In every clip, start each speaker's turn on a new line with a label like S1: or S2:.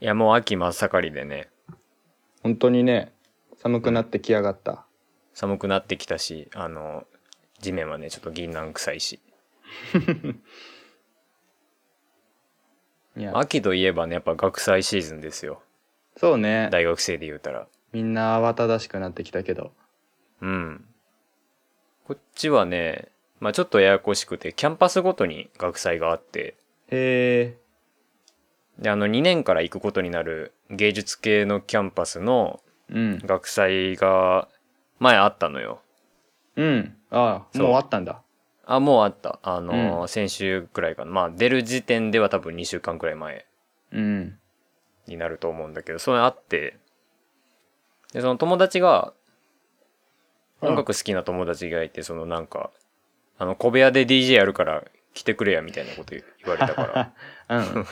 S1: いや、もう秋真っ盛りでね、
S2: 本当にね、寒くなってきやがった。
S1: 寒くなってきたし、あの、地面はね、ちょっと銀杏臭いし。
S2: いや、
S1: 秋といえばね、やっぱ学祭シーズンですよ。
S2: そうね。
S1: 大学生で言うたら。
S2: みんな慌ただしくなってきたけど。
S1: うん。こっちはね、まあちょっとややこしくて、キャンパスごとに学祭があって、
S2: へえ。
S1: で、あの2年から行くことになる芸術系のキャンパスの
S2: うん。
S1: 学祭が前あったのよ。
S2: うん。ああ、
S1: そう
S2: もう終わったんだ。
S1: あ、もうあった。あのー、
S2: う
S1: 先週くらいかな。まあ出る時点では多分2週間くらい前
S2: うん。
S1: になると思うんだけど、それあって、で、その友達が、
S2: うん
S1: 音楽好きな友達がいて、そのなんか、あの、小部屋で DJ やるから来てくれや、みたいなこと言われたから。
S2: うん。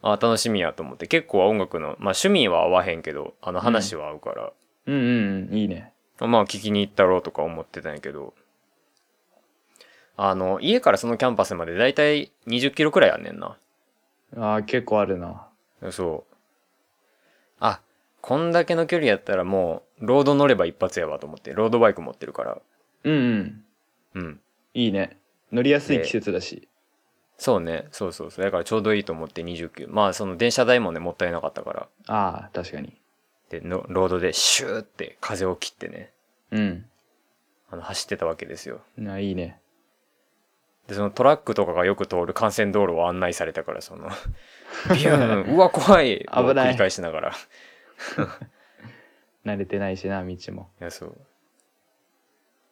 S1: あー楽しみやと思って結構音楽の、まあ、趣味は合わへんけどあの話は合うから、
S2: うんうんうん。いいね。
S1: まあ聞きに行ったろうとか思ってたんやけどあの家からそのキャンパスまでだいたい2 0キロくらいあんねんな
S2: ああ、結構あるな。
S1: そうあこんだけの距離やったらもうロード乗れば一発やわと思ってロードバイク持ってるから
S2: うんうん。
S1: うん
S2: いいね。乗りやすい季節だし。
S1: そうねそうそうそうだからちょうどいいと思って2 0キロまあその電車代もねもったいなかったから
S2: ああ、確かに。
S1: でのロードでシューって風を切ってね
S2: うん。
S1: あの走ってたわけですよ
S2: あいいね。
S1: でそのトラックとかがよく通る幹線道路を案内されたからそ のビューンうわ怖い
S2: 危ない
S1: を繰り返しながらい
S2: 慣れてないしな、道も。
S1: やそう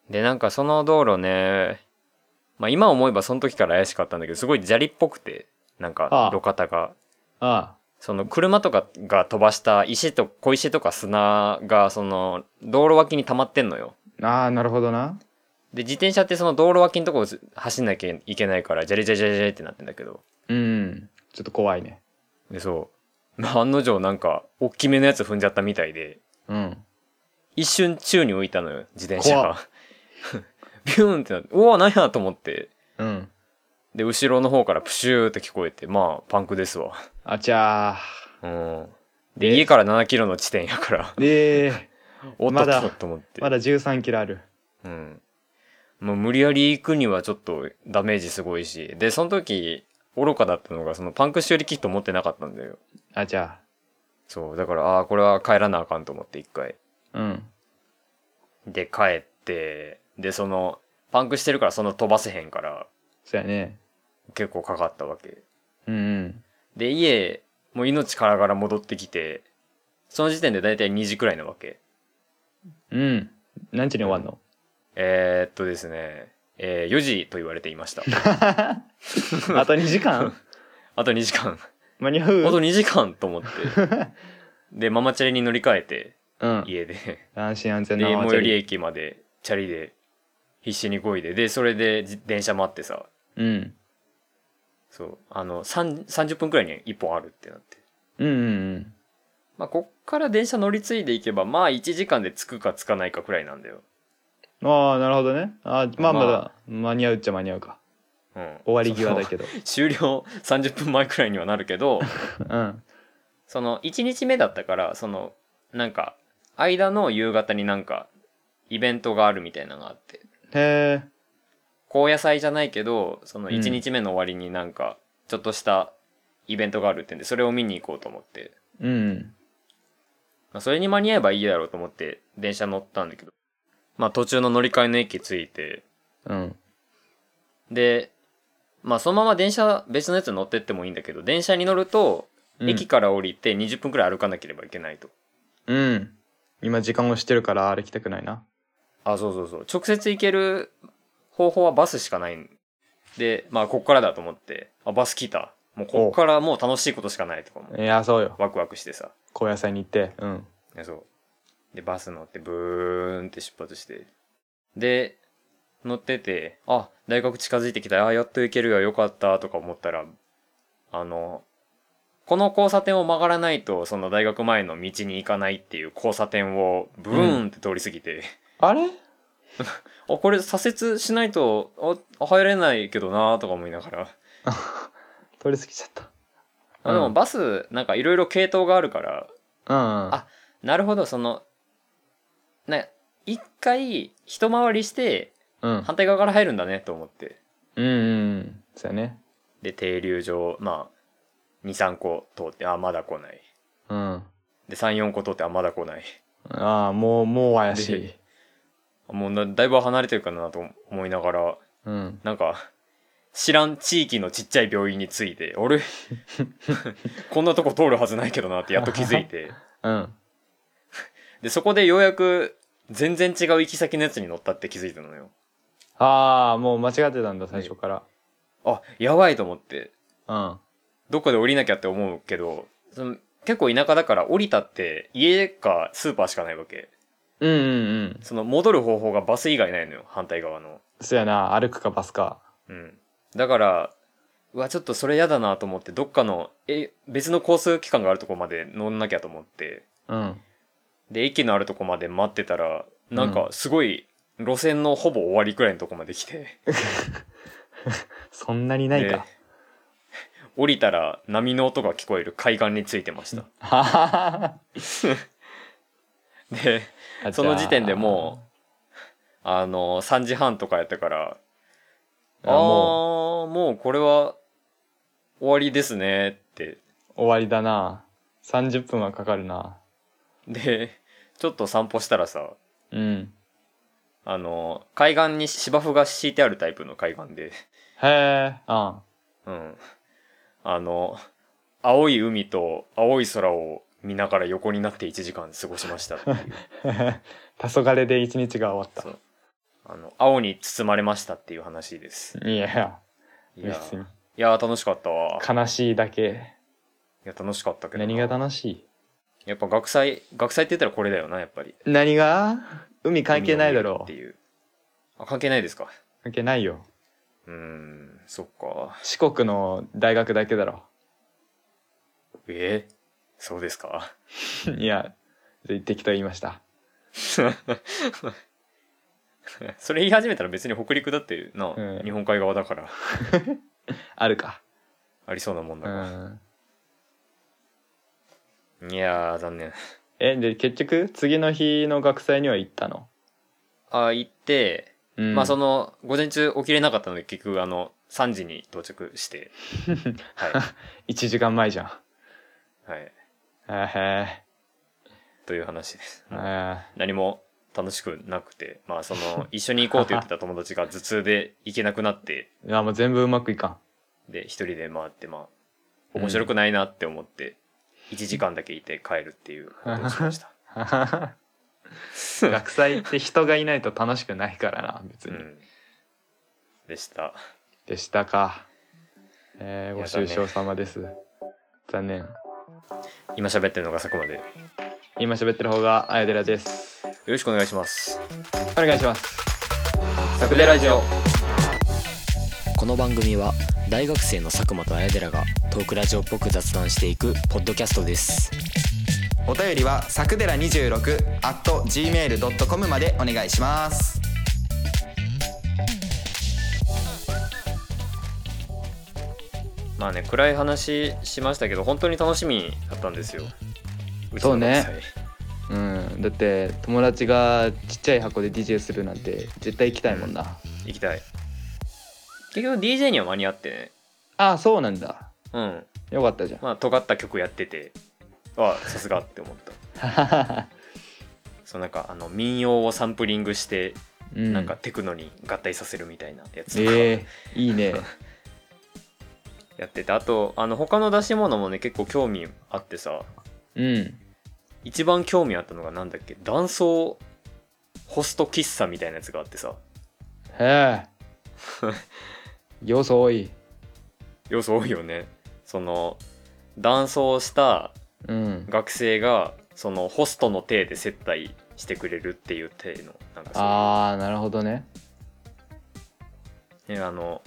S1: でなんかその道路ねまあ今思えばその時から怪しかったんだけどすごい砂利っぽくてなん
S2: あ
S1: か
S2: あ
S1: 路肩が
S2: あ
S1: その車とかが飛ばした石と小石とか砂がその道路脇に溜まってんのよ
S2: あ。ああ、なるほどな。
S1: で自転車ってその道路脇のとこを走んなきゃいけないからジャリジャリジャリジャリってなってんだけど
S2: うん。ちょっと怖いね。
S1: でそう、まあ、案の定なんか大きめのやつ踏んじゃったみたいで
S2: うん。
S1: 一瞬宙に浮いたのよ自転車
S2: 怖っ
S1: が ビューンってなってうわ何やと思って
S2: うん。
S1: で後ろの方からプシューって聞こえてまあパンクですわ
S2: あちゃ
S1: うんで家から7キロの地点やから
S2: ー。でー、
S1: おっと
S2: ま
S1: っ
S2: だ
S1: とと思って、
S2: まだ13キロある。
S1: うんもう無理やり行くにはちょっとダメージすごいしでその時愚かだったのがそのパンク修理キット持ってなかったんだよ
S2: あちゃ
S1: そうだからああーこれは帰らなあかんと思って一回
S2: ー。うん。
S1: で帰ってでそのパンクしてるからそんな飛ばせへんから
S2: そうやね。
S1: 結構かかったわけ
S2: うんうん。
S1: で家もう命からがら戻ってきてその時点で大体2時くらいなわけ
S2: うん。何時に終わん の、
S1: えー、っとですね、えー4時と言われていました
S2: あと2時間
S1: あと2時間
S2: 間に合
S1: あと
S2: う
S1: 2時間と 思ってでママチャリに乗り換えて
S2: うん。
S1: 家で
S2: 安心安全
S1: で
S2: な
S1: 最寄り駅までチャリで必死にこいででそれで自電車待ってさ
S2: うん。
S1: そうあの3 30分くらいに1本あるってなって
S2: うんうん
S1: まあ、こっから電車乗り継いでいけば、まあ、1時間で着くか着かないかくらいなんだよ。
S2: うん。ああ、なるほどね。あーまあ
S1: まあ
S2: まだ間に合うっちゃ間に合うか。
S1: うん。
S2: 終わり際だけ
S1: ど。
S2: ど。
S1: 終了30分前くらいにはなるけど、
S2: うん。
S1: その、1日目だったから、その、なんか、間の夕方になんか、イベントがあるみたいなのがあって、
S2: へえ。
S1: 高野祭じゃないけど、その
S2: うん
S1: 1日目の終わりになんか、ちょっとしたイベントがあるってんで、それを見に行こうと思って、
S2: うん。
S1: まあ、それに間に合えばいいだろうと思って、電車乗ったんだけど、まあ、途中の乗り換えの駅着いて、
S2: うん。
S1: で、まあそのまま電車、別のやつ乗ってってもいいんだけど、電車に乗ると、
S2: うん
S1: 駅から降りて20分くらい歩かなければいけないと。
S2: うん。今時間をしてるから歩きたくないな。
S1: あ、そうそうそう。直接行ける方法はバスしかないんで、まあこっからだと思って、あ、バス来た。もうこっからもう楽しいことしかないとかも、
S2: いや、そうよ。
S1: ワクワクしてさ。
S2: 高野菜に行って。うん。
S1: いやそう。で、バス乗ってブーンって出発して。で、乗ってて、あ、大学近づいてきた。あ、やっと行けるよ。よかった。とか思ったら、あの、この交差点を曲がらないと、その大学前の道に行かないっていう交差点をブーンって通り過ぎて、
S2: あれ
S1: あ、これ左折しないと、あ、入れないけどなとか思いながら、
S2: 通り過ぎちゃった。
S1: まあで
S2: う
S1: も
S2: ん
S1: バス、なんかいろいろ系統があるから、
S2: うん。あ、
S1: なるほど、その、ね、一回一回りして
S2: うん。
S1: 反対側から入るんだねと思って。
S2: うんうん。そうやね。
S1: で、停留場、まあ、2、3個通って、あ、まだ来ない。
S2: うん。あ
S1: で、3、4個通って、あ、まだ来ない。
S2: あ、もう、もう怪しい
S1: で。もうなだいぶ離れてるかなと思いながら、
S2: うん。
S1: なんか、知らん地域のちっちゃい病院について、 俺、こんなとこ通るはずないけどなってやっと気づいて。
S2: うん。
S1: で、そこでようやく、全然違う行き先のやつに乗ったって気づいたのよ。
S2: ああ、もう間違ってたんだ、最初から。
S1: あ、やばいと思って。
S2: うん。
S1: どっかで降りなきゃって思うけど、その結構田舎だから降りたって家かスーパーしかないわけ。
S2: うんうんうん。
S1: その戻る方法がバス以外ないのよ、反対側の。
S2: そうやな、歩くかバスか。
S1: うん。だから、うわ、ちょっとそれやだなと思って、どっかの、え、別の交通機関があるとこまで乗んなきゃと思って、
S2: うん。
S1: で、駅のあるとこまで待ってたら、なん
S2: う
S1: かすごい、路線のほぼ終わりくらいのとこまで来て、
S2: そんなにない
S1: で
S2: か。
S1: 降りたら波の音が聞こえる海岸についてました。
S2: ははは
S1: で、
S2: は
S1: その時点でもう、あの、3時半とかやったから、あ
S2: あも
S1: ー、もうこれは終わりですねって。
S2: う終わりだな。30分はかかるな。
S1: で、ちょっと散歩したらさ、
S2: うん。
S1: あの、海岸に芝生が敷いてあるタイプの海岸で、
S2: へえ、うん。
S1: うん。あの、青い海と青い空を見ながら横になって1時間過ごしましたっていう
S2: 黄昏で一日が終わ
S1: そ
S2: っ
S1: うあの、青に包まれましたっていう話です。
S2: た。いや、
S1: いや
S2: 別
S1: ー、
S2: に
S1: い。やー楽しかったわ。い
S2: 悲しいだけ。
S1: や、楽しかったけどな。
S2: 何が楽しい
S1: やっぱ学祭、学祭って言ったらこれだよな、やっぱり。
S2: 何が海関係ないだ
S1: 海を
S2: ろ
S1: 見るっ
S2: う。
S1: ていう。あ、関係ないですか。
S2: 関係ないよ。
S1: うーん、そっか。
S2: 四国の大学だけだろ。
S1: えそうですか。
S2: いや、行ってきと言いました。
S1: それ言い始めたら別に北陸だってな、
S2: うん
S1: 日本海側だから、
S2: あるか。
S1: ありそうなもんだ
S2: う
S1: か
S2: ん。
S1: ら。いやー、残念。
S2: え、で、結局、次の日の学祭には行ったの。
S1: あ、行って、
S2: うん
S1: まあその、午前中起きれなかったので、結局、あの、3時に到着 して、は
S2: 1時間前じゃん。
S1: い。はい。
S2: あへ
S1: という話です。
S2: え。あ
S1: 何も楽しくなくて、まあそ の、一緒に行こうと言ってた友達が頭痛で行けなくなって、
S2: ーいやもう全部うまくいか ん。
S1: で、一人で回って、まあ、
S2: うん
S1: 面白くないなって思って、1時間だけいて帰るっていうことをしました。
S2: 学祭って人がいないと楽しくないからな、別
S1: う
S2: に。
S1: ん。でした。
S2: でしたか。えー、
S1: い
S2: ご
S1: や
S2: 愁傷様です。残念。
S1: 今喋ってるのが佐久間で。よ
S2: 今喋ってる方があやでらです。
S1: ろしくお願いします。
S2: お願いします。
S1: サクデラジオ。
S3: この番組は大学生の佐久間と綾寺がトークラジオっぽく雑談していくポッドキャストです
S4: お便りはさくでら26 at gmail.com までお願いします
S1: まあね、暗い話しましたけど、本当に楽しみだったんですよ。
S2: そうね
S1: ちの学祭。
S2: うん、だって友達がちっちゃい箱で DJ するなんて絶対行きたいもんな。
S1: 行きたい。結局 DJ には間に合ってね。
S2: ああ、そうなんだ。
S1: うん。
S2: よかったじゃん。
S1: まあ、尖った曲やってて、あ、さすがって思った。 そうなんかあの民謡をサンプリングして
S2: う
S1: なんかテクノに合体させるみたいなやつとか
S2: ええい いね。
S1: やってて、あとあの他の出し物もね結構興味あってさ
S2: うん。
S1: 一番興味あったのがなんだっけ男装ホスト喫茶みたいなやつがあってさ
S2: へ え。要素多い。
S1: 要素多いよねその男装した
S2: うん。
S1: 学生がそのホストの体で接待してくれるっていう体のなんかそ
S2: ああ、なるほどね。
S1: ういうねあの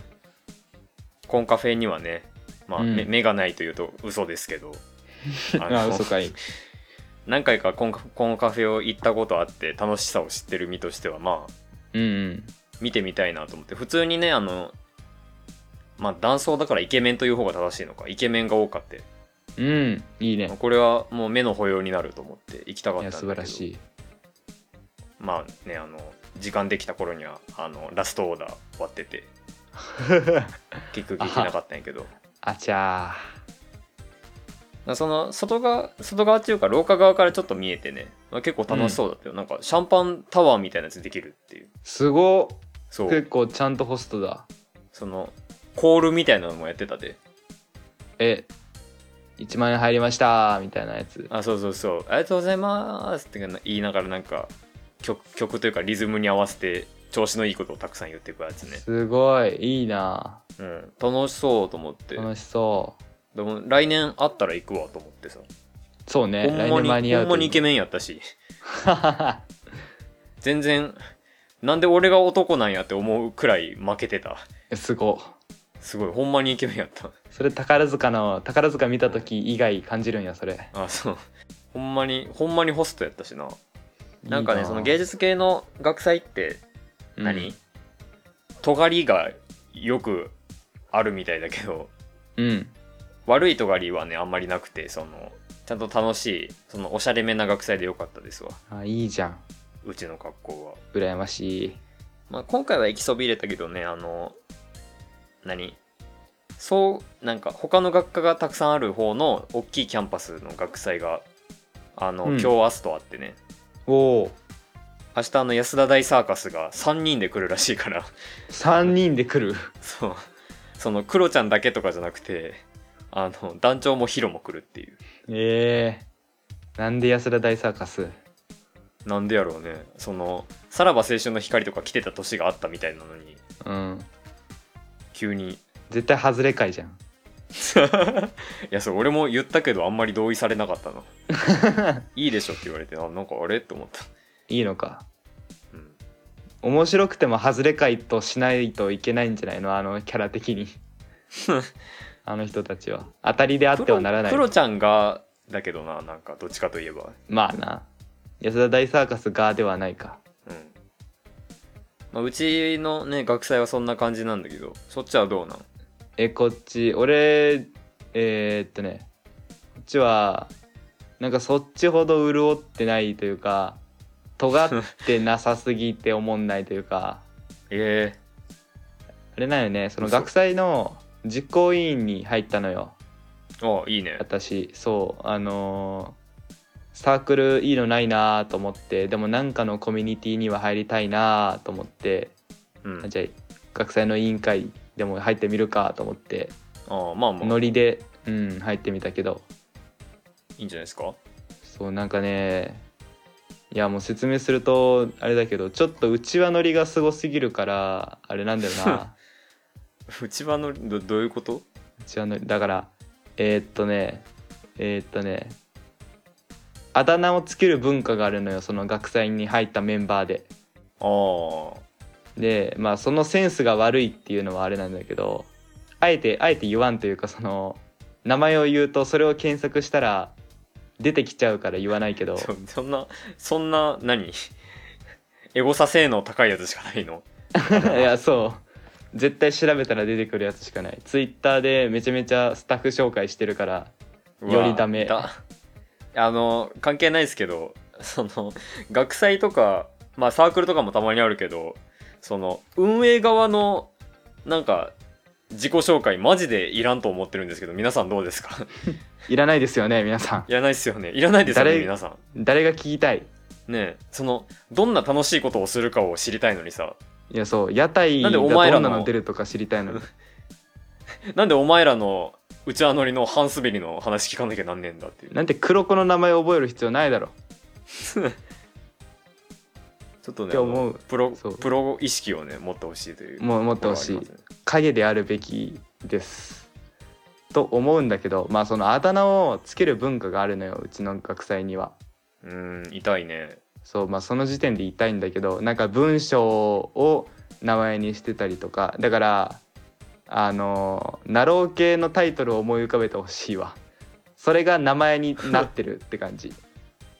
S1: コンカフェにはねまあ、
S2: うん
S1: め目がないというと嘘ですけ どあの
S2: あ、嘘かい。
S1: 何回かコンカコンカフェを行ったことあって楽しさを知ってる身としてはまあ
S2: うんうん。
S1: 見てみたいなと思って普通にねあのまあ男装だからイケメンという方が正しいのかイケメンが多かって
S2: うんいいね
S1: これはもう目の保養になると思って行きたか
S2: い
S1: ったんだけど
S2: や素晴らしい
S1: まあねあの時間できた頃にはあのラストオーダー終わって て結局行けなかったんやけど
S2: あちゃ
S1: なその外側外側っていうか廊下側からちょっと見えてね、まあ、結構楽しそうだったよ、なんかシャンパンタワーみたいなやつできるっていう
S2: ーすごっ
S1: そ
S2: 結
S1: う
S2: 構ちゃんとホストだ
S1: そのコールみたいなのもやってたで
S2: え1万円入りましたみたいなやつ
S1: あそうそうそうありがとうございますって言いながらなんか曲曲というかリズムに合わせて調子のいいことをたくさん言っていくやつね、
S2: すごいいいな
S1: うん、楽しそうと思って
S2: 楽しそう
S1: でも来年あったら行くわと思ってさ
S2: そうね
S1: ほん
S2: 来
S1: ま
S2: 年間
S1: に
S2: に合
S1: ほ
S2: うん
S1: まにイケメンやったし全然なんで俺が男なんやって思うくらい負けてた
S2: ン すごっ
S1: すごいほんまにイケメンやった
S2: それ宝塚の宝塚見た時以外感じるんやそれ
S1: あそうほんまにほんまにホストやったしない
S2: い
S1: なんかねその芸術系の学祭って
S2: うん
S1: 何、尖りがよくあるみたいだけど
S2: うん
S1: 悪い尖りはねあんまりなくてそのちゃんと楽しいそのおしゃれめな学祭でよかったですわ
S2: あいいじゃん
S1: うちの格好は
S2: 羨ましい
S1: まあ、今回は行きそびれたけどねあの何そうなんか他の学科がたくさんある方の大きいキャンパスの学祭があの、
S2: うん
S1: 今日明日とあってね
S2: おお
S1: 明日あの安田大サーカスが3人で来るらしいから
S2: 3人で来る
S1: そうそのクロちゃんだけとかじゃなくてあの団長もヒロも来るっていう
S2: ええなんで安田大サーカス
S1: なんでやろうねそのさらば青春の光とか来てた年があったみたいなのに
S2: うん
S1: 急に
S2: 絶対外れ会じゃん
S1: いやそう俺も言ったけどあんまり同意されなかった のいいでしょって言われてあなんかあれって思った、
S2: いいのか
S1: うん、
S2: 面白くても外れ会としないといけないんじゃないのあのキャラ 的にあの人たちは当たりであってはならない
S1: プロちゃんがだけどななんかどっちかといえば
S2: まあな安田大サーカスがではないか
S1: うん、まあ、うちのね学祭はそんな感じなんだけどそっちはどうなん
S2: えこっち俺えーっとねこっちはなんかそっちほど潤ってないというか尖ってなさすぎて思んないというか
S1: え
S2: あれなんよねその
S1: 嘘
S2: 学祭の実行委員に入ったのよ
S1: えー、あいいね
S2: 私そうあのーサークルいいのないなと思ってでもなんかのコミュニティには入りたいなと思って
S1: うん
S2: あじゃあ学祭の委員会でも入ってみるかと思って
S1: ああまあまあ
S2: ノリで、うん、入ってみたけど
S1: いいんじゃないですか
S2: そうなんかねいやもう説明するとあれだけどちょっとうちわノリがすごすぎるからあれなんだよ な
S1: うちはのどどういうこと
S2: うちわノリだからえーっとねえーっとねあだ名をつける文化があるのよその学祭に入ったメンバーで
S1: あ
S2: でまあそのセンスが悪いっていうのはあれなんだけどあえてあえて言わんというかその名前を言うとそれを検索したら出てきちゃうから言わないけど
S1: あそそんなそんな何 エゴサ性能高いやつしかないの
S2: いやそう絶対調べたら出てくるやつしかないツイッターでめちゃめちゃスタッフ紹介してるから
S1: うわ
S2: よりダメ
S1: だあの関係ないですけどその学祭とか、まあ、サークルとかもたまにあるけどその運営側のなんか自己紹介マジでいらんと思ってるんですけど皆さんどうですか
S2: いらないですよね皆さん
S1: いらないですよねいらないですよね
S2: 誰
S1: 皆さ
S2: 誰が聞きたい
S1: んねえそのどんな楽しいことをするかを知りたいのにさ
S2: いやそう屋台
S1: な
S2: が
S1: んで
S2: ど
S1: お
S2: ん
S1: 前ら
S2: な
S1: の
S2: の出るとか知りたいのに
S1: なんでお前らのうちわ乗りの半滑りの話聞かなきゃなんねえんだっていう
S2: なんて黒子の名前覚える必要ないだろ
S1: ちょっと
S2: っ
S1: ね
S2: て
S1: あ
S2: 思
S1: の
S2: う
S1: プロ
S2: そう
S1: プロ意識をね持ってほしいという
S2: もう持ってほしい
S1: ところはありますね
S2: 影であるべきですと思うんだけどまあそのあだ名をつける文化があるのようちの学祭には
S1: うーん痛いね
S2: そうまあその時点で言いたいんだけどなんか文章を名前にしてたりとかだからあのナロー系のタイトルを思い浮かべてほしいわそれが名前になってるって 感じ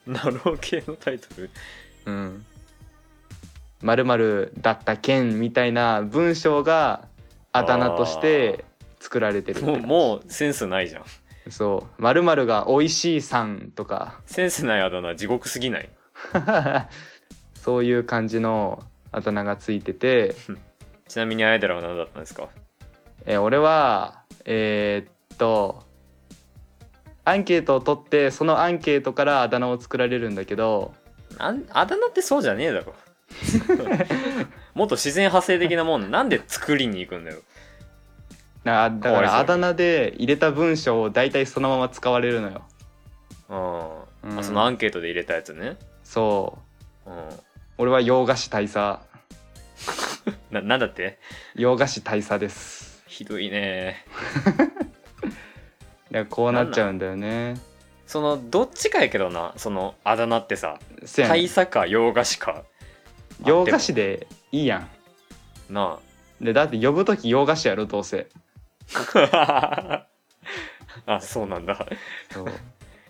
S1: ナロー系のタイト ル
S2: うんまるだったけんみたいな文章があだ名として作られてるって
S1: もう
S2: 感じ
S1: もうセンスないじゃん
S2: そう「まるが美味しいさん」とか
S1: センスないあだ名地獄すぎない
S2: そういう感じのあだ名がついてて、
S1: ちなみにアイドルは何だったんですか
S2: えー俺はえーっとアンケートを取ってそのアンケートからあだ名を作られるんだけど
S1: なんあだ名ってそうじゃねえだ ろもっと自然派生的なもんなんで作りに行くんだよ
S2: なだか
S1: かわいそう
S2: らあだ名で入れた文章を大体そのまま使われるのよ
S1: うん、
S2: うん
S1: あそのアンケートで入れたやつね
S2: そう
S1: うん
S2: 俺は洋菓子大佐
S1: ななんだって
S2: 洋菓子大佐です
S1: ひどいね
S2: いやこうなっちゃうんだよね
S1: そのどっちかやけどなそのあだ名ってさ
S2: せやん
S1: 大佐か洋菓子か
S2: 洋菓子でいいや
S1: なあ
S2: んでだって呼ぶ時洋菓子やろどうせ
S1: あそうなんだ
S2: そう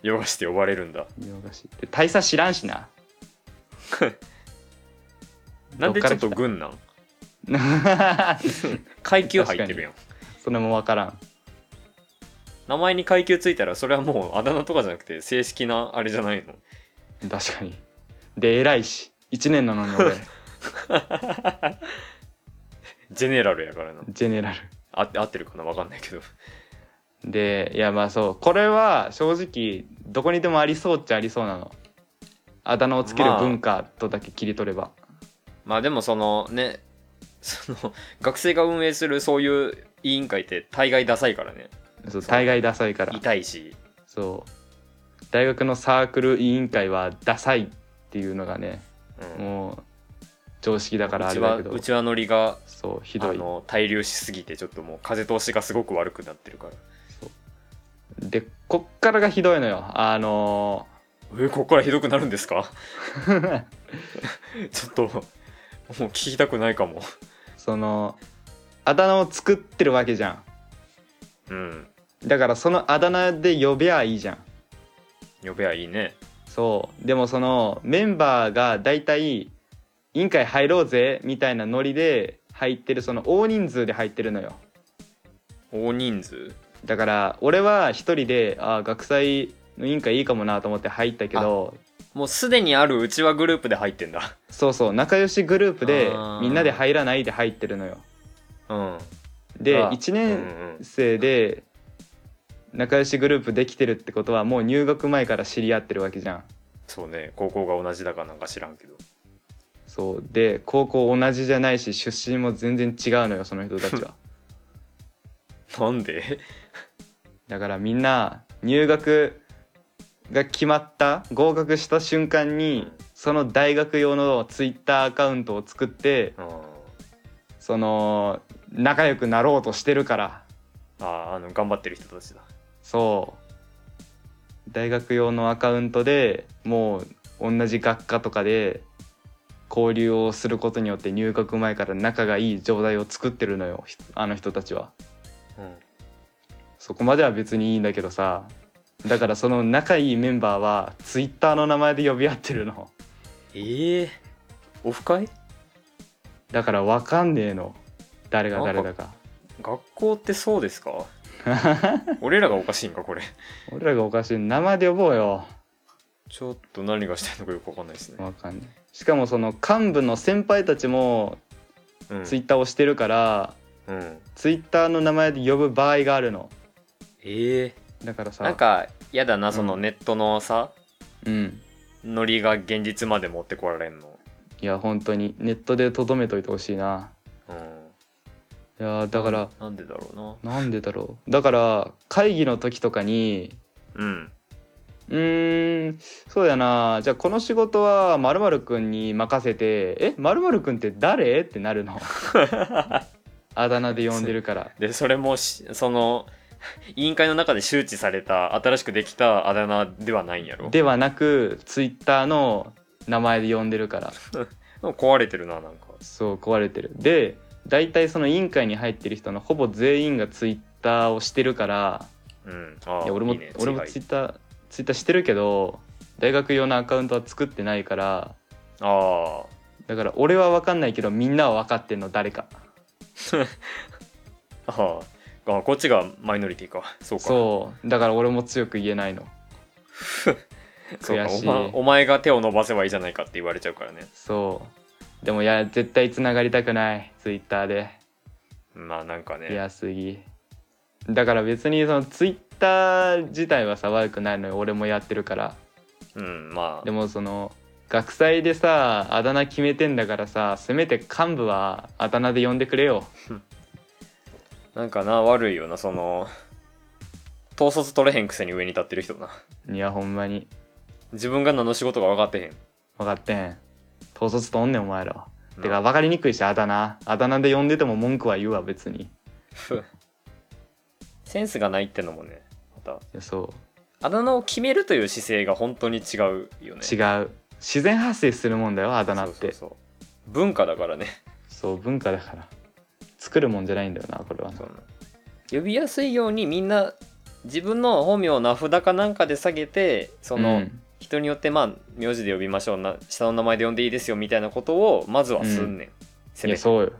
S1: 洋菓子って呼ばれるんだ
S2: 洋菓子で大佐知らんしな
S1: なんでちょっと
S2: ど
S1: 軍なん
S2: から来た
S1: 階級入ってるやん
S2: それもわからん
S1: 名前に階級ついたらそれはもうあだ名とかじゃなくて正式なあれじゃないの
S2: 確かにで偉いし1年なの に俺
S1: ジェネラルやからな
S2: ジェネラル
S1: あ合ってるかなわかんないけど
S2: でいやまあそうこれは正直どこにでもありそうっちゃありそうなのあだ名をつける文化とだけ切り取れば、
S1: まあでもそのねその 学生が運営するそういう委員会って大概ダサいからね
S2: そう
S1: そう
S2: 大概ダサいから
S1: 痛いし
S2: そう大学のサークル委員会はダサいっていうのがね
S1: うん
S2: もう常識だからあ
S1: うち
S2: れ
S1: は
S2: だけど
S1: うちはノリが
S2: そうひ
S1: あ
S2: どい
S1: の滞留しすぎてちょっともう風通しがすごく悪くなってるから
S2: でこっからがひどいのよあの
S1: えここからひどくなるんですか
S2: ー
S1: ちょっともう聞きたくないかも
S2: そのあだ名を作ってるわけじゃん
S1: うん
S2: だからそのあだ名で呼べばいいじゃん
S1: 呼べばいいね
S2: そうでもそのメンバーが大体委員会入ろうぜみたいなノリで入ってるその大人数で入ってるのよ
S1: 大人数
S2: だから俺は一人であー学祭の委員会いいかもなと思って入ったけど
S1: もうすでにあるうちわグループで入ってんだ
S2: そうそう仲良しグループで
S1: あー
S2: みんなで入らないで入ってるのよ
S1: うん
S2: で
S1: あ
S2: 1
S1: うんうん
S2: 年生で仲良しグループできてるってことはもう入学前から知り合ってるわけじゃん
S1: そうね高校が同じだかなんか知らんけど
S2: そうで高校同じじゃないし出身も全然違うのよその人たちは
S1: なんで
S2: だからみんな入学が決まった合格した瞬間にその大学用のツイッターアカウントを作って
S1: うん
S2: その仲良くなろうとしてるから
S1: あああの頑張ってる人たちだ
S2: そう大学用のアカウントでもう同じ学科とかで交流をすることによって入学前から仲がいい状態を作ってるのよひあの人たちは
S1: うん
S2: そこまでは別にいいんだけどさだからその仲いいメンバーはツイッターの名前で呼び合ってるの
S1: ええオフ会
S2: だから分かんねえの誰が誰だか
S1: 学校ってそうです か俺らがおかしいんかこれ
S2: 俺らがおかしい名前で呼ぼうよ
S1: ちょっと何がしたいのかよくわかんないですね、
S2: 分かんないしかもその幹部の先輩たちも
S1: うん、
S2: ツイッターをしてるから、
S1: うん
S2: ツイッターの名前で呼ぶ場合があるの
S1: ええ
S2: だからさ
S1: なんか嫌だなその
S2: う
S1: ネットのさ、
S2: うん
S1: ノリが現実まで持ってこられんの
S2: いや本当にネットでとどめといてほしいな
S1: うん
S2: いやだから
S1: なんでだろうな
S2: なんでだろうだから会議の時とかに
S1: うん
S2: うーんそうやなじゃあこの仕事はまるくんに任せて「えまるくんって誰?」ってな るのあだ名で呼んでるから
S1: でそれもしその委員会の中で周知された新しくできたあだ名ではないんやろ
S2: ではなくツイッターの名前で呼んでるから
S1: なんか壊れてるななんか
S2: そう壊れてるで大体その委員会に入ってる人のほぼ全員がツイッターをしてるから
S1: うんああ
S2: いや俺も
S1: いいね
S2: 俺も
S1: 違い
S2: ツイッターツイッターしてるけど大学用のアカウントは作ってないから
S1: あ
S2: だから俺は分かんないけどみんなは分かってんの誰か
S1: ああああこっちがマイノリティかそうか
S2: そうだから俺も強く言えないの
S1: そうか
S2: 悔しい
S1: お前お前が手を伸ばせばいいじゃないかって言われちゃうからね
S2: そうでもいや絶対つながりたくないツイッターで
S1: まあなんかね
S2: 安すぎだから別にそのツイッター自体はさ悪くないのよ俺もやってるから
S1: うんま
S2: で
S1: あ
S2: もその学祭でさあだ名決めてんだからさせめて幹部はあだ名で呼んでくれよ
S1: なんかな悪いよなその統率取れへんくせに上に立ってる人ない
S2: やほんまに
S1: 自分が何の仕事か分かってへん
S2: 分かってん統率とんねんお前ら
S1: な
S2: てか分かりにくいしあだ名あだ名で呼んでても文句は言うわ別にい
S1: ふセンスがないってのもねまた
S2: やそ
S1: あだ名を決めるという姿勢が本当に違うよね
S2: う違う自然発生するもんだよあだ名って
S1: そうそうそう文化だからね
S2: そう文化だから作るもんじゃないんだよなこれはな
S1: その呼びやすいようにみんな自分の本名を名札かなんかで下げてその、
S2: うん
S1: 人によってまあ名字で呼びましょうな下の名前で呼んでいいですよみたいなことをまずはすんねん、せめ
S2: いや
S1: て
S2: そうよ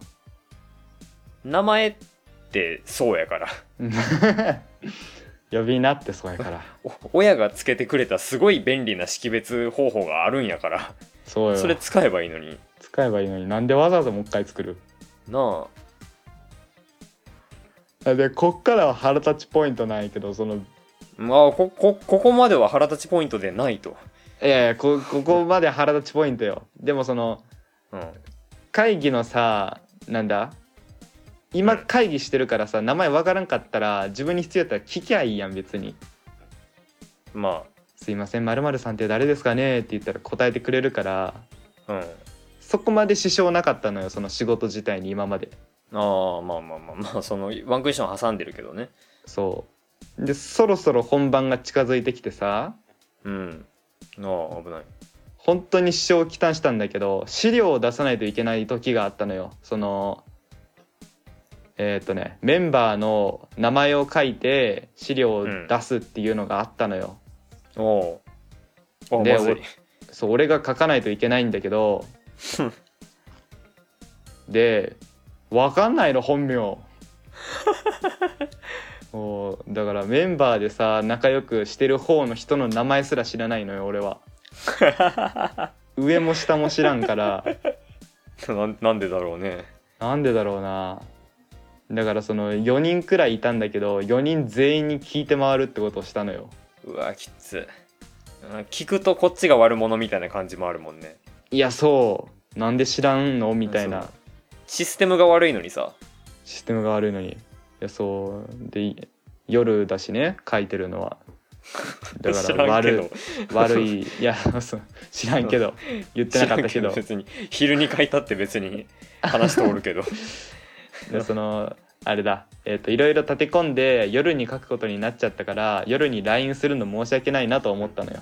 S1: 名前ってそうやから
S2: 呼びなってそうやから
S1: お 親がつけてくれたすごい便利な識別方法があるんやから
S2: そうよ
S1: それ使えばいいのに
S2: 使えばいいのになんでわざわざもう一回作る
S1: なあ
S2: あでこっからは腹立ちポイントなんやけどそのい
S1: まあここここまでは腹立ちポイントでないと、
S2: やいやこここまで腹立ちポイントよでもその
S1: うん、
S2: 会議のさなんだ今
S1: うん
S2: 会議してるからさ名前わからんかったら自分に必要やったら聞きゃいいやん別に
S1: ま
S2: 「すいません〇〇さんって誰ですかね?」って言ったら答えてくれるから
S1: あうん
S2: そこまで支障なかったのよその仕事自体に今まで
S1: ああまあまあまあまあそのワンクッション挟んでるけどね
S2: そうでそろそろ本番が近づいてきてさ
S1: うんああ危ない
S2: 本当に支障をきたしたんだけど資料を出さないといけない時があったのよそのえーっ、とねメンバーの名前を書いて資料を出すっていうのがあったのよ、
S1: おおあ
S2: で
S1: まずい
S2: 俺そう俺が書かないといけないんだけどで分かんないの本名 もうだからメンバーでさ仲良くしてる方の人の名前すら知らないのよ俺は上も下も知らんから
S1: なんなんでだろうね
S2: なんでだろうなだからその4人くらいいたんだけど4人全員に聞いて回るってことをしたのよ
S1: うわきつあ聞くとこっちが悪者みたいな感じもあるもんね
S2: いやそうなんで知らんのみたい
S1: うん
S2: な
S1: そうシステムが悪いのにさ
S2: システムが悪いのにいやそうでい夜だしね書いてるのは だ
S1: 知
S2: から
S1: らんけ
S2: 悪
S1: ど
S2: い悪いいやそう知らんけど言ってなかったけ
S1: 知
S2: ど
S1: らん別に昼に書いたって別に話しておるけ ど
S2: でそのあれだえっ、といろいろ立て込んで夜に書くことになっちゃったから夜に LINE するの申し訳ないなと思ったのよ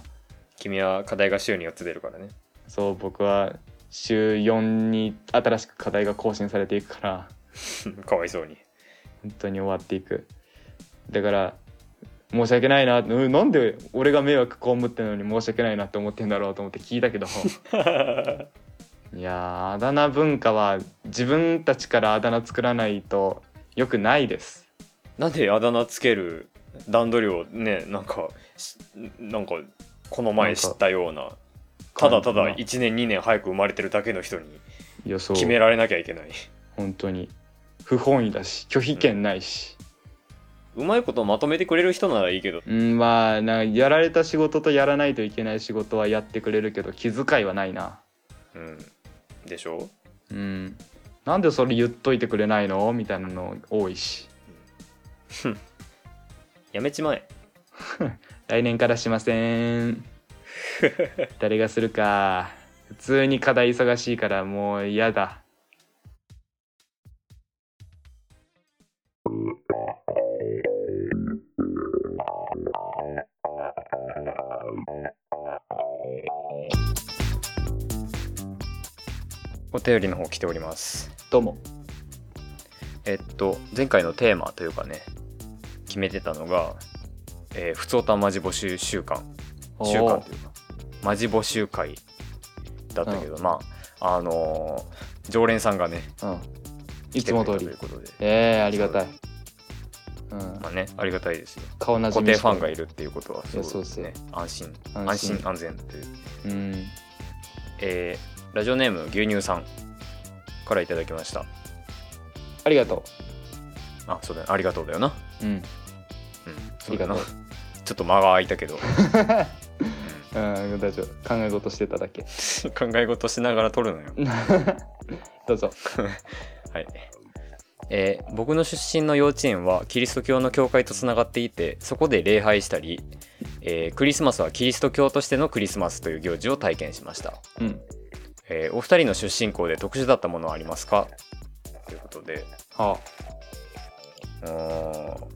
S1: 君は課題が週に4つ出るからね
S2: そう僕は週4に新しく課題が更新されていくから
S1: かわいそうに
S2: 本当に終わっていくだから申し訳ないなうんなんで俺が迷惑被ってんのに申し訳ないなって思ってんだろうと思って聞いたけど いやーあだ名文化は自分たちからあだ名作らないと良くないです
S1: なんであだ名つける段取りをねなんかしなんかこの前知ったようなただただ1年2年早く生まれてるだけの人に
S2: 予想
S1: 決められなきゃいけない
S2: 本当に不本意だし拒否権ないし、
S1: うまいことまとめてくれる人ならいいけど
S2: うん、まあなんかやられた仕事とやらないといけない仕事はやってくれるけど気遣いはないな
S1: うんでしょ
S2: うんなんでそれ言っといてくれないのみたいなの多いし
S1: やめちまえ
S2: 来年からしませ ん誰がするか普通に課題忙しいからもう嫌だ
S1: お便りの方来ております
S2: どうも
S1: えっと前回のテーマというかね決めてたのが「えー、ふつおたまじ募集週間」週間というかマジ募集会だったけど、まああのー常連さんがね
S2: うんい
S1: 来
S2: つ
S1: てくれ
S2: も
S1: た
S2: 通
S1: とい
S2: り
S1: うことで
S2: ええありがたいうん
S1: まあね、ありがたいですよ。
S2: 顔なじ
S1: 固
S2: み
S1: 定
S2: し
S1: ファンがいるっていうことは、
S2: いやそうです
S1: ね
S2: ね。
S1: 安心、安
S2: 安心
S1: 心、安全という。
S2: うん
S1: えーラジオネーム、牛乳さんからいただきました。
S2: ありがと
S1: あ、そうだね。ありがとうだよな。
S2: ううん
S1: うん、
S2: ありがとう
S1: そうだなちょっと間が空いた けど
S2: うん大丈夫考え事してただけ
S1: 考え事しながら撮るのよ
S2: どうぞ
S1: はいえー僕の出身の幼稚園はキリスト教の教会とつながっていてそこで礼拝したり、えークリスマスはキリスト教としてのクリスマスという行事を体験しました、
S2: うん
S1: えーお二人の出身校で特殊だったものはありますかということで
S2: は
S1: うーん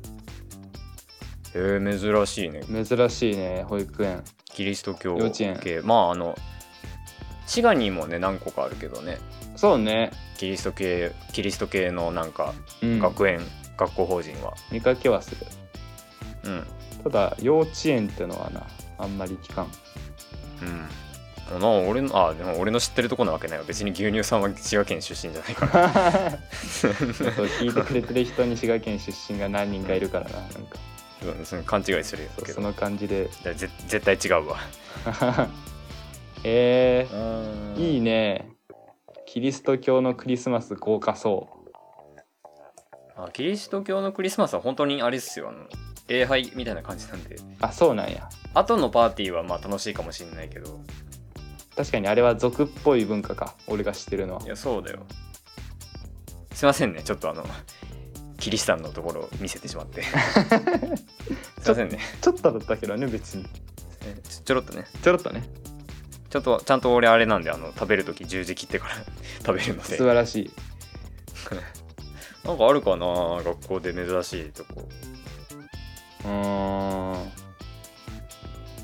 S1: えー珍しいね
S2: あ珍しいね保育園
S1: キリスト教
S2: 幼稚園
S1: 系まああの滋賀にもね何個かあるけどね
S2: そうね
S1: キリスト系キリスト系のなんか
S2: うん
S1: 学園、学校法人は
S2: 見かけはする
S1: うんうん
S2: ただ幼稚園ってのはなあんまり聞か ん
S1: あの俺のあでも俺の知ってるとこなわけないわ別に牛乳さんは滋賀県出身じゃない から
S2: そう聞いてくれてる人に滋賀県出身が何人かいるからななんか
S1: うんその勘違いする
S2: そう
S1: け
S2: そ
S1: ど
S2: の感じで
S1: だぜ絶対違うわ
S2: えー、
S1: い
S2: いいねキリスト教のクリスマス豪華そう
S1: あキリスト教のクリスマスは本当にあれですよあの礼拝みたいな感じなんで
S2: あそうなんや
S1: 後のパーティーはまあ楽しいかもしれないけど
S2: 確かにあれは俗っぽい文化か俺が知ってるのはい
S1: やそうだよすいませんねちょっとあのキリシタンのところを見せてしまって すいませんね
S2: ちょっとだったけどね別に
S1: えちょちょろっとね
S2: ちょろっとね
S1: ちょっとちゃんと俺あれなんであの食べる時十字切ってから 食べるので
S2: 素晴らしい
S1: なんかあるかな学校で珍しいとこ
S2: うーん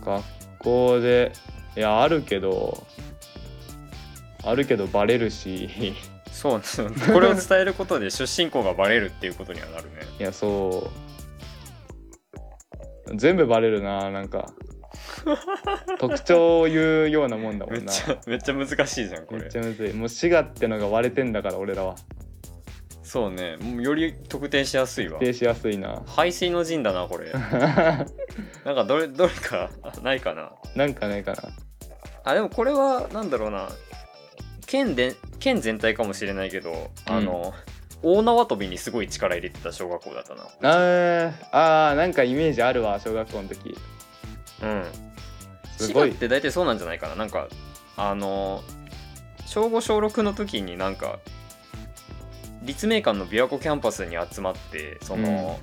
S2: 学校でいやあるけどあるけどバレるし
S1: そうねこれを伝えることで出身校がバレるっていうことにはなるね
S2: いやそう全部バレるななんか特徴を言うようなもんだも
S1: めっ
S2: んな
S1: ちゃめっちゃ難しいじゃんこ
S2: めっ
S1: れ
S2: ちゃむずいもう滋賀ってのが割れてんだから俺らは
S1: そうねもうより特定しやすいわ
S2: 否定しやすいな
S1: 排水の陣だなこれなんかどれどれかあないかな
S2: なんかないかな
S1: あでもこれはなんだろうな県で県全体かもしれないけど、あの大縄跳びにすごい力入れてた小学校だったな
S2: あーあーなんかイメージあるわ小学校の時
S1: うん
S2: す
S1: 滋
S2: ご
S1: 賀っ
S2: い
S1: て大体そうなんじゃないかななんかあの小5小6の時になんか立命館の琵琶湖キャンパスに集まってその、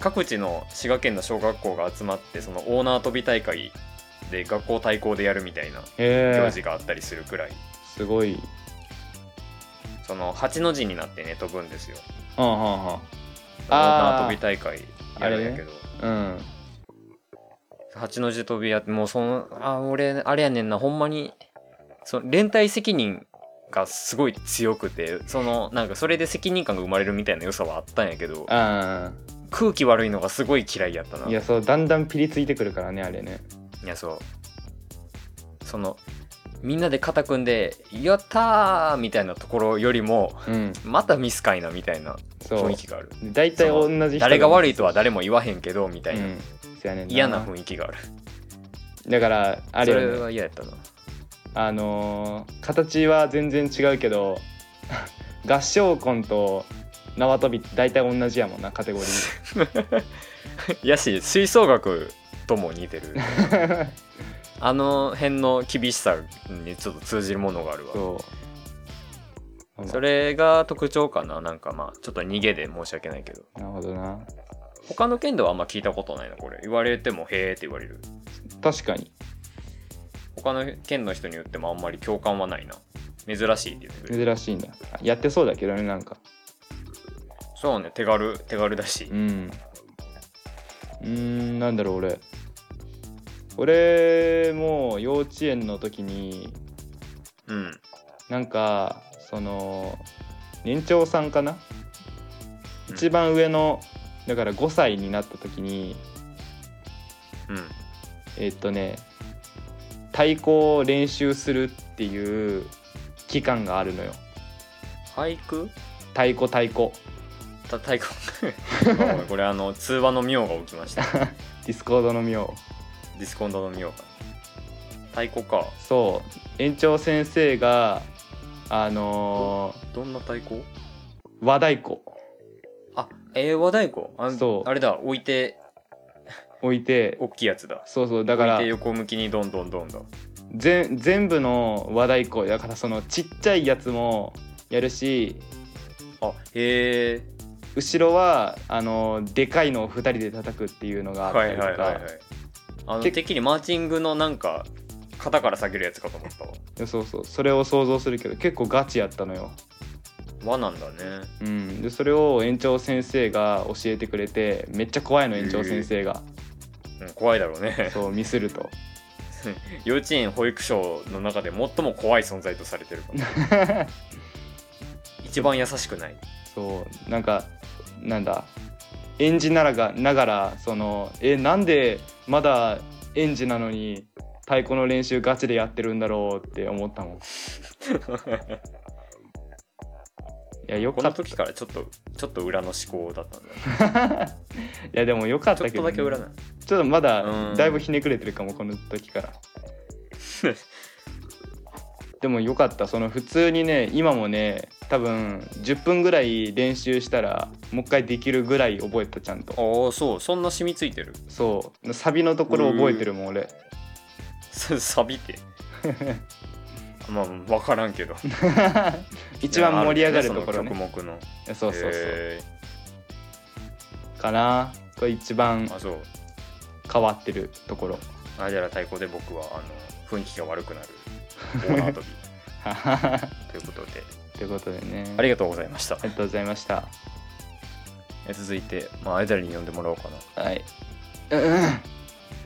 S1: 各地の滋賀県の小学校が集まってそのオーナー飛び大会で学校対抗でやるみたいな
S2: へ
S1: 行
S2: え
S1: 事があったりするくらい、
S2: すごい
S1: その8の字になってね飛ぶんですよ
S2: はんはんはん
S1: オーナー
S2: あー
S1: 飛び大会やるんやけど、
S2: うん。
S1: 八の字飛びやってもうそのあ俺あれやねんなほんまにその連帯責任がすごい強くてそのなんかそれで責任感が生まれるみたいな良さはあったんやけど
S2: あ
S1: 空気悪いのがすごい嫌いやったな
S2: あ。いや、そう、だんだんピリついてくるからね、あれね。
S1: いやそうそのみんなで肩組んで「やったー!」みたいなところよりも
S2: うん。
S1: またミスかいなみたいな
S2: そ
S1: 雰
S2: う
S1: 囲。気がある
S2: 大体同じ人
S1: 誰が悪いとは
S2: 誰
S1: 誰も言わへんけどみたいな、
S2: うん。そうやねん
S1: 嫌な雰囲気がある
S2: だから、あ
S1: あ
S2: れ
S1: れ
S2: よね、
S1: は嫌やったな
S2: あのー形は全然違うけど、 合唱コンと縄跳びって大体同じやもんな、カテゴリー。
S1: やし吹奏楽とも似 てるあの辺の厳しさにちょっと通じるものがあるわそ
S2: そう。
S1: れが特徴かななんかまあちょっと逃げで申し訳ないけど
S2: なるほどな。
S1: 他の県ではあんま聞いたことないなこれ言われても「へえ」って言われる
S2: 確かに。
S1: 他の県の人に言ってもあんまり共感はないな珍しいって言ってくれる
S2: 珍しいんだ。やってそうだけどね、なんか。
S1: そうね手軽手軽だし
S2: うん。うーん、なんだろう、俺。俺も幼稚園の時に、
S1: うん
S2: なんか、その、年長さんかな
S1: うん
S2: 一番上の、だから5歳になった時に、
S1: うん
S2: えっとね、太鼓を練習するっていう期間があるのよ。
S1: 俳句
S2: 太鼓太鼓。
S1: た太 鼓ごめんこれあの通話の妙が起きました
S2: ディスコードの妙
S1: ディスコンドの妙が太鼓か
S2: そう園長先生があの
S1: どんな太鼓
S2: ー和太鼓
S1: あえー、和太鼓あ
S2: そう
S1: あれだ置いて
S2: 置いて
S1: 大きいやつだ
S2: そうそうだから
S1: 置いて横向きにどんどんどんどん
S2: ぜん全部の和太鼓だからそのちっちゃいやつもやるし
S1: あへえ
S2: 後ろはあのでかいのを2人で叩くっていうのがあっ
S1: は
S2: た
S1: い
S2: りと
S1: はいはいはい
S2: か
S1: あの
S2: け
S1: てっきりマーチングのなんか肩から下げるやつかと思ったわ
S2: そうそうそれを想像するけど結構ガチやったのよ、
S1: 和なんだね
S2: うん、でそれを園長先生が教えてくれてめっちゃ怖いの園長先生が
S1: うん、怖いだろうね
S2: そうミスると
S1: 幼稚園保育所の中で最も怖い存在とされてるから 一番優しくない
S2: そうなんかなんだ演じならがながらそのえなんでまだ園児なのに太鼓の練習ガチでやってるんだろうって思ったもん いやよ
S1: こ
S2: か
S1: の
S2: ったい
S1: 時からちょっとちょっと裏の思考だったんだ、ね、
S2: やでもよかっ
S1: ちょ
S2: た
S1: っ
S2: け
S1: と
S2: ど
S1: だ
S2: ね、
S1: け裏な
S2: ちょっとま
S1: う
S2: だ
S1: ん
S2: だいぶひねくれてるかもこの 時からでもよかったその普通にね今もね多分10分ぐらい練習したらもう一回できるぐらい覚えたちゃんと
S1: ああそうそんな染みついてる
S2: そうサビのところ覚えてるもん俺
S1: さサビてまあ分からんけど
S2: 一番盛り上がるところ
S1: そ
S2: ね
S1: の曲目の
S2: そうそうそう
S1: へ
S2: かなこれ一番
S1: ーあそう
S2: 変わってるところ
S1: あじゃら太鼓で僕はあの雰囲気が悪くなる大縄 跳びということで
S2: ということでね
S1: ありがとうございました
S2: ありがとうございました
S1: え続いて、まあ、アイドルに呼んでもらおうかな
S2: はい。うんうん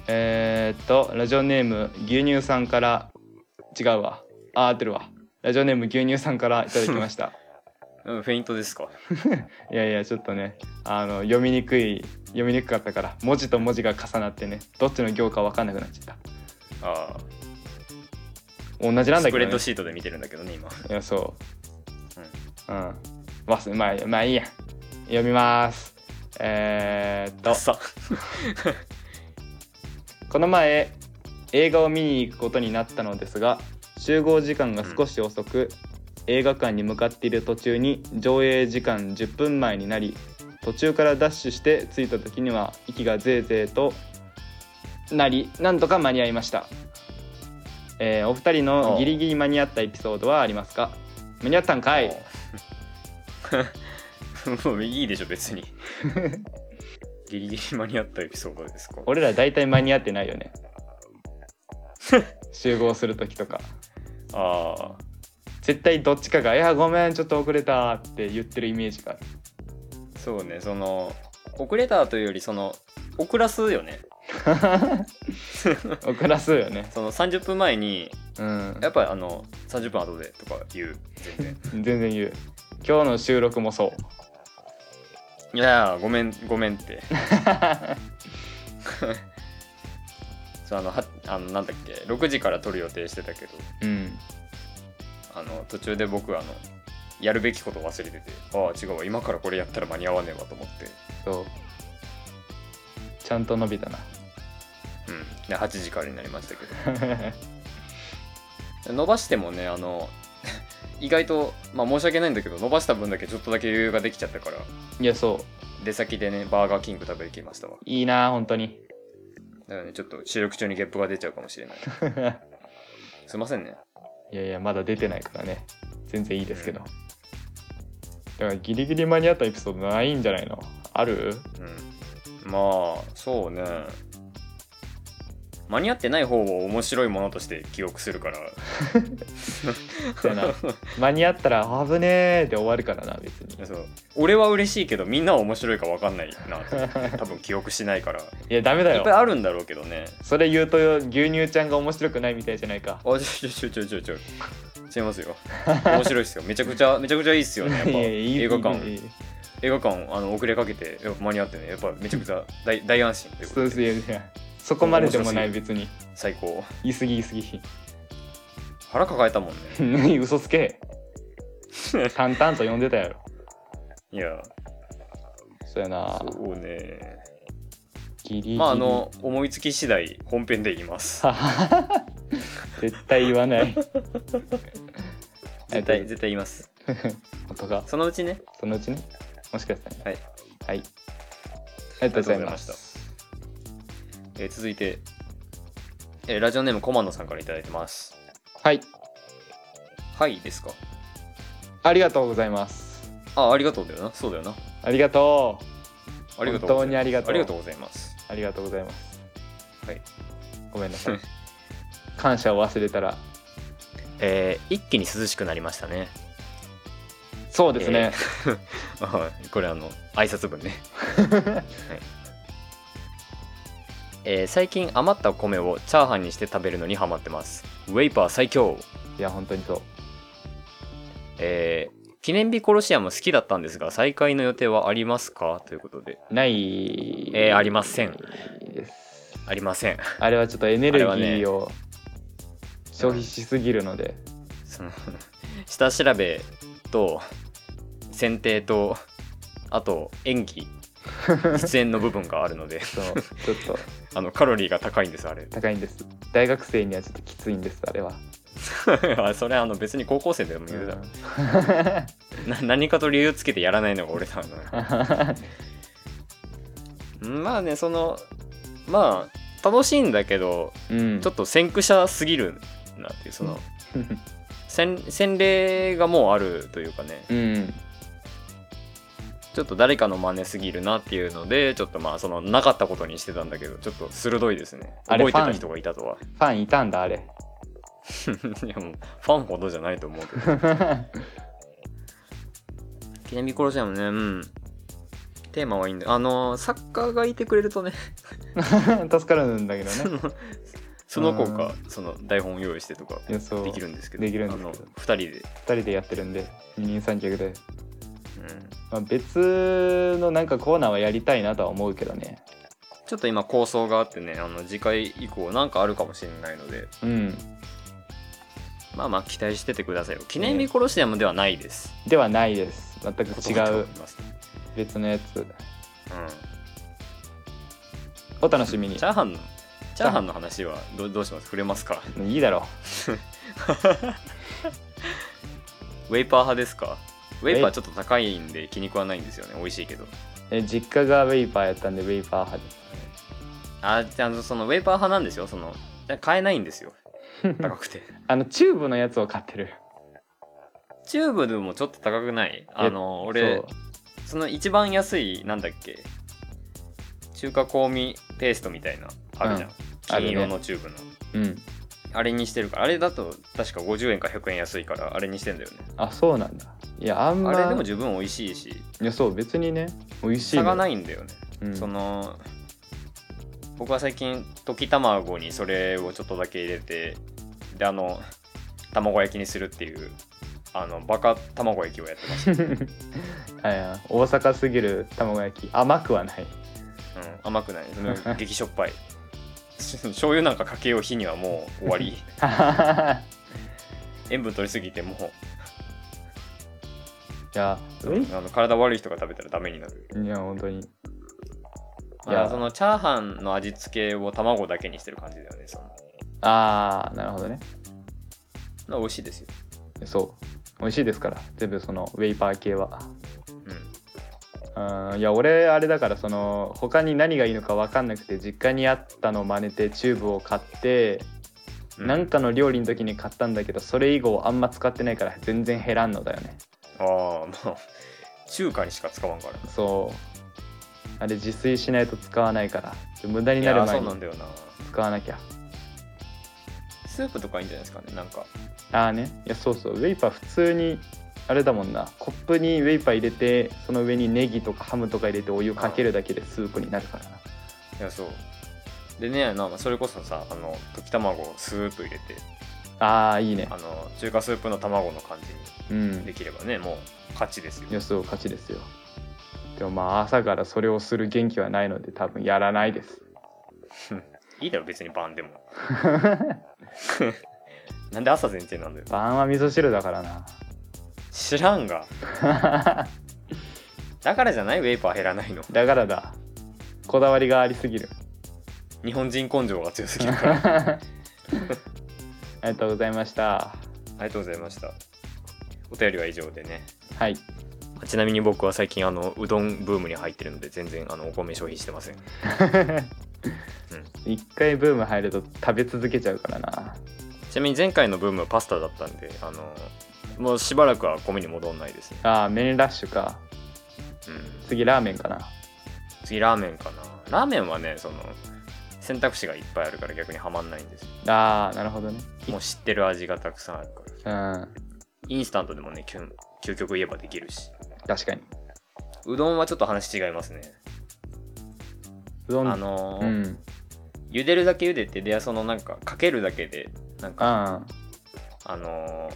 S2: えーっと、ラジオネーム、牛乳さんから、違うわ。あ、合ってるわ。ラジオネーム、牛乳さんからいただき ました。
S1: うんフェイントですか
S2: いやいや、ちょっとね、あの、読みにくい、読みにくかったから、文字と文字が重なってね、どっちの行か分かんなくなっちゃった。
S1: あ
S2: 同じ
S1: あ
S2: なんだ
S1: ス
S2: け
S1: プ
S2: ど、
S1: レ
S2: ね
S1: ッド。シートで見てるんだけどね 今
S2: いや、そう。うん。忘れ、まあ、まあいいや。読みます。えーっと
S1: ダ。サ
S2: この前映画を見に行くことになったのですが集合時間が少し遅く、映画館に向かっている途中に上映時間10分前になり途中からダッシュして着いた時には息がぜいぜいとなりなんとか間に合いました、えーお二人のギリギリ間に合ったエピソードはありますか間に合ったんかい
S1: もういいでしょ別 にギリギリ間に合ったエピソードですか
S2: 俺ら大体間に合ってないよ ね集合する時とか
S1: ああ
S2: 絶対どっちかが「いやごめんちょっと遅れた」って言ってるイメージがある
S1: そうねその遅れたというよりその遅らすよね
S2: 遅らすよね
S1: その30分前に
S2: うん
S1: やっぱりあの30分後でとか言う全然
S2: 全然言う今日の収録もそう
S1: いやーごめんごめんって そうあのはあのなんだっけ6時から撮る予定してたけど
S2: うん
S1: あの途中で僕あのやるべきことを忘れててああ違うわ今からこれやったら間に合わねえわと思って
S2: そうちゃんと伸びたな
S1: うんで8時からになりましたけど伸ばしてもねあの 意外とまあ申し訳ないんだけど伸ばした分だけちょっとだけ余裕ができちゃったから
S2: いやそう
S1: 出先でねバーガーキング食べてきましたわ
S2: いいな本当に
S1: だからねちょっと収録中にゲップが出ちゃうかもしれないすいませんね
S2: いやいやまだ出てないからね全然いいですけど、だからギリギリ間に合ったエピソードないんじゃないのある
S1: うんまあそうね間に合ってない方を面白いものとして記憶するから
S2: そうやな間に合ったら危ねえで終わるからな別に
S1: そう俺は嬉しいけどみんなは面白いか分かんないなと思って多分記憶し ないからい
S2: いやダメだ
S1: っぱい
S2: よ
S1: あるんだろうけどね
S2: それ言うと牛乳ちゃんが面白くないみたいじゃないか
S1: あちょちょちょちょちょちょ違いますよ面白いっすよめちゃくちゃめちゃくちゃいいっすよねやっぱ
S2: いやいやいい
S1: 映画館
S2: いいいい
S1: 映画館あの遅れかけてやっぱ間に合ってねやっぱめちゃくちゃ大大安心ってこ
S2: そ
S1: と
S2: う
S1: で
S2: そういやいやそこまででもない
S1: 面
S2: 別に
S1: 最高
S2: 言い過ぎ言い過ぎ
S1: 腹抱えたもんね
S2: 何嘘つけ淡々と呼んでたやろ
S1: いや
S2: そうやな
S1: そうね。
S2: ギリギリ
S1: まああの、思いつき次第本編で言います。
S2: 絶対言わない
S1: 絶対、絶対言います。
S2: 本当か
S1: そのうちね。
S2: そのうちねもしかしたら
S1: はい
S2: ねはいありがと
S1: ありがとうご
S2: うございま
S1: ざいま
S2: した
S1: えー続いて、えーラジオネームコマンドさんからいただいてます。
S2: はい
S1: はいですか。
S2: ありがとうございます
S1: あ、ありがとうだよな。そうだよな。
S2: ありがとう
S1: ありがとう
S2: 本当にありがとう
S1: ありがとうございます。
S2: ありがとうございます
S1: はい
S2: ごめん なさい感謝を忘れたら
S1: えー一気に涼しくなりましたね。
S2: そうですね、
S1: はいこれあの挨拶文 ね、はいえー最近余ったお米をチャーハンにして食べるのにハマってますウェイパー最強、
S2: いや本当にそう
S1: えー記念日コロシアム好きだったんですが再開の予定はありますかということで
S2: ない
S1: えーありません
S2: です
S1: ありません
S2: あれはちょっとエネルギ
S1: あれ
S2: ーを消費しすぎるので、
S1: その下調べと選定とあと演 技出演の部分があるので
S2: そのちょっと
S1: あのカロリーが高いんですあれ
S2: 高いんです大学生にはちょっときついんですあれは、
S1: あそれあの別に高校生でも言うだろ
S2: うん
S1: な何かと理由つけてやらないのが俺なのよまあねそのまあ楽しいんだけど
S2: うん
S1: ちょっと先駆者すぎるなっていうその先先例がもうあるというかね
S2: うん
S1: ちょっと誰かの真似すぎるなっていうのでちょっとまあそのなかったことにしてたんだけどちょっと鋭いですね
S2: あれ
S1: 覚えて
S2: フ
S1: た
S2: ァン
S1: 人がいたとは
S2: ファンいたんだ あれ
S1: いやもうファンほどじゃないと思う けど記念日殺しやもんねうんテーマはいいんだあのサッカーがいてくれるとね
S2: 助かるんだけど
S1: そ
S2: ね
S1: のその子がその台本用意してとか
S2: いやそう
S1: で
S2: 二
S1: きるんですけど
S2: できるんですけど
S1: あの2人で、
S2: 人でやってるんで二人三脚で、まあ、別のなんかコーナーはやりたいなとは思うけどね
S1: ちょっと今構想があってねあの次回以降なんかあるかもしれないので
S2: うん
S1: まあまあ期待しててくださいよ記念日コロシアムではないです、
S2: ではないです全く違う
S1: ことだと思います
S2: 別のやつ
S1: う
S2: お楽しみ
S1: ん、
S2: に
S1: チャーハンのチャーハンの話はどどうします触れますか
S2: いいだろ
S1: ウェイパー派ですかウェイパ
S2: ウェ
S1: ー
S2: イ
S1: ちょっと高いんで気に食わないんですよね美味しいけど
S2: え実家がウェイパーやったんでウェイパー派です
S1: あじゃあそのウェイパー派なんですよその買えないんですよ高く て
S2: あのチューブのやつを買ってる
S1: チューブでもちょっと高くないあの俺その一番安いなんだっけ中華香味ペーストみたいなあるじゃん、
S2: うんある
S1: 金
S2: ね
S1: 色のチューブの
S2: そううん
S1: あれにしてるからあれだと確か50円か100円安いからあれにしてんだよね
S2: あそうなんだいやあんま
S1: あれでも十分美味しいし
S2: いやそう別にね美味しい、
S1: 差がないいんだよね、
S2: うん、
S1: その僕は最近溶き卵にそれをちょっとだけ入れてであの卵焼きにするっていうあのバカ卵焼きをやってまし
S2: はいはい大阪すぎる卵焼き甘くはない
S1: た、うん、甘くないその激しょっぱい 醤油なんかかけよう日にはもう終わり塩分取りすぎても
S2: いや
S1: う、あの体悪い人が食べたらダメになる
S2: いや本当に
S1: い
S2: いや
S1: やそのチャーハンの味付けを卵だけにしてる感じだよねその
S2: ああなるほどね
S1: まあ美味しいですよ、
S2: そう美味しいですから全部そのウェイパー系は
S1: うん、
S2: うんいや俺あれだからその他に何がいいのか分かんなくて実家にあったのを真似てチューブを買って
S1: うん
S2: なんかの料理の時に買ったんだけどそれ以後あんま使ってないから全然減らんのだよね
S1: ああまあ 中華にしか使わんから
S2: そうあれ自炊しないと使わないからで無駄になる
S1: いや
S2: 前
S1: そうなん
S2: に
S1: だよな
S2: 使わなきゃ
S1: スープとかいいんじゃないですかねなんか
S2: ああねいやそうそうウェイパー普通にあれだもんなコップにウェイパー入れてその上にネギとかハムとか入れてお湯かけるだけでスープになるからない
S1: やそうでねなんかそれこそさあの溶き卵をスープ入れて
S2: ああーいいね
S1: あの中華スープの卵の感じ
S2: う
S1: にで
S2: ん
S1: きればねもう勝ちですよ
S2: いやそう勝ちですよでもまあ朝からそれをする元気はないので多分やらないです
S1: いいだろ別に晩でも なんで朝前提なんだよ
S2: 晩は味噌汁だからな
S1: 知らんがだからじゃないウェイパー減らないの
S2: だからだこだわりがありすぎる
S1: 日本人根性が強すぎるからあ
S2: ありがとうございました
S1: りがとうございましたお便りは以上でね
S2: はい
S1: あちなみに僕は最近あのうどんブームに入ってるので全然あのお米消費してません
S2: 一回ブーム入ると食べ続けちゃうからな
S1: ちなみに前回のブームはパスタだったんであのもうしばらくは米に戻んないですね、
S2: ああ麺ラッシュか
S1: うん、
S2: 次ラーメンかな
S1: 次ラーメンかなラーメンはねその選択肢がいっぱいあるから逆にはまんないんですよ
S2: ああなるほどね
S1: もう知ってる味がたくさんあるから
S2: うん
S1: インスタントでもね究究極言えばできるし
S2: 確かに
S1: うどんはちょっと話違いますね
S2: うどん
S1: あの
S2: う
S1: ー
S2: ん
S1: 茹でるだけ茹でてでそのなんかかけるだけでなんか
S2: あ
S1: あのー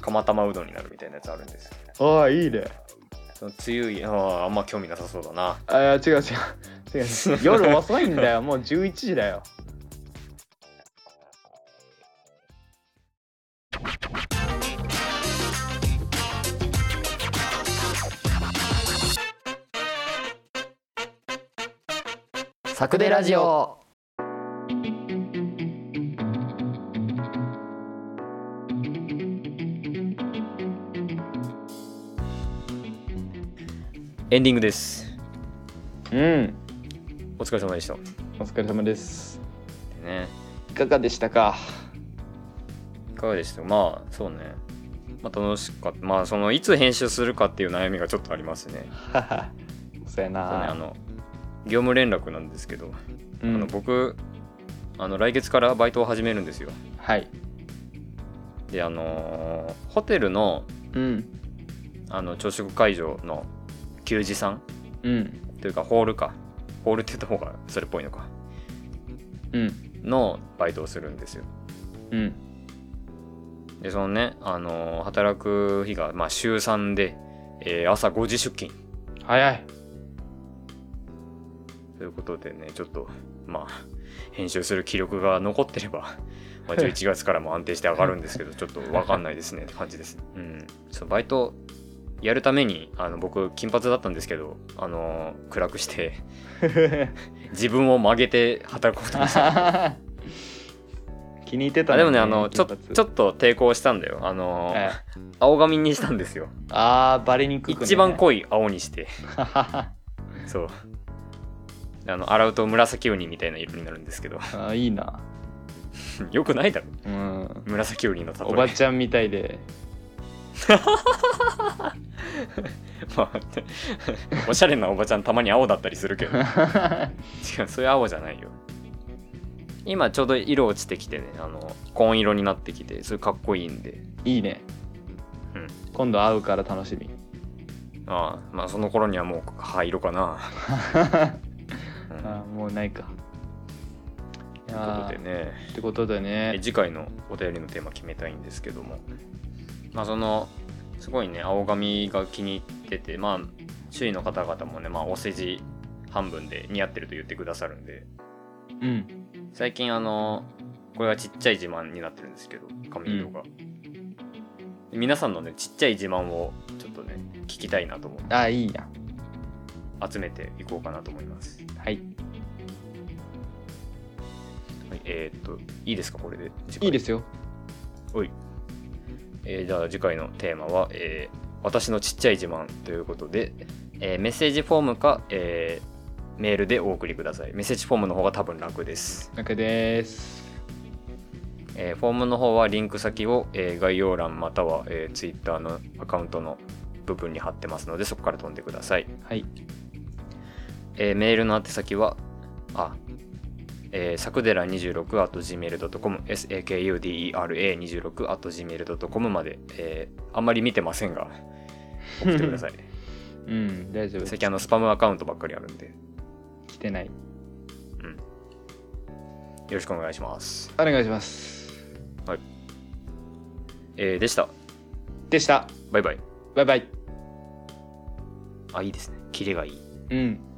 S1: 釜玉うどんになるみたいなやつあるんですよ
S2: ああいいね
S1: そのつゆいあーあんま興味なさそうだな
S2: あ違う違う違う 夜遅いんだよもう11時だよ
S3: サクデラジオ
S1: エンディングです
S2: うん
S1: お疲れ様でしたで
S2: お疲れ様です
S1: ね
S2: いかがでしたか
S1: いかがでしたまあそうねまあ楽しかったまあそのいつ編集するかっていう悩みがちょっとありますね
S2: ははそ
S1: そう
S2: うや
S1: ねあ
S2: な
S1: の業務連絡なんですけど、
S2: う
S1: あの
S2: ん
S1: 僕あの来月からバイトを始めるんですよ
S2: はい
S1: であのーホテルの
S2: うん
S1: あの朝食会場の給仕さん
S2: うん
S1: というかホールかホールって言った方がそれっぽいのか
S2: うん
S1: のバイトをするんですよ
S2: うん
S1: でそのね、あのー働く日が、まあ、週3で、えー朝5時出勤
S2: 早い
S1: ということでねちょっとまあ編集する気力が残ってれば、まあ、11月からも安定して上がるんですけどちょっと分かんないですねって感じですうんちょっとバイトやるためにあの僕金髪だったんですけどあのー暗くして自分を曲げて働こうと思ってた
S2: 気に入ってた
S1: あ
S2: の
S1: で
S2: に
S1: も
S2: ね
S1: ねあのちょ
S2: 金髪
S1: ちょっと抵抗したんだよあのー
S2: え
S1: 青髪にしたんですよ
S2: えああバレにくく、ね、
S1: 一番濃い青にして
S2: あ
S1: そうあの洗うと紫ウニみたいな色になるんですけど
S2: ーいいな
S1: よくないだろ
S2: うん
S1: 紫ウニの例え
S2: おばちゃんみたい で
S1: まあ、おしゃれなおばちゃんたまに青だったりするけど違うそういう青じゃないよ今ちょうど色落ちてきてねあの紺色になってきてそれかっこいいんで
S2: いいね、
S1: うん
S2: 今度会うから楽しみ
S1: ああまあその頃にはもう灰色かな
S2: あ
S1: うん
S2: ーもうないか
S1: ということでね
S2: ってことで
S1: え
S2: ね
S1: 次回のお便りのテーマ決めたいんですけどもまあそのすごいね青髪が気に入っててまあ周囲の方々もねまあお世辞半分で似合ってると言ってくださるんで
S2: うん
S1: 最近あのこれがちっちゃい自慢になってるんですけど髪色が、皆さんのねちっちゃい自慢をちょっとね聞きたいなと思
S2: あーいいや
S1: って集めていこうかなと思います、
S2: はい
S1: はい、えー、っといいですかこれで、
S2: いいですすよ
S1: おいえーじゃあ次回のテーマは、えー私のちっちゃい自慢」ということで、えーメッセージフォームか、えーメールでお送りくださいメッセージフォームの方が多分楽です
S2: 中です
S1: えーフォームの方はリンク先を、えー概要欄または、えー、Twitter のアカウントの部分に貼ってますのでそこから飛んでください、
S2: はい
S1: えーメールの宛先はあえー、さくでら26 gmail.com sakudera26 gmail.com まで、えーあんまり見てませんが送ってください
S2: うん大丈夫
S1: 最近あのスパムアカウントばっかりあるんで、
S2: 来てない
S1: うん、よろしくお願いします、
S2: お願いします
S1: えーでした
S2: でした
S1: バイバイ
S2: バイバイ
S1: あいいですねキレがいい
S2: うん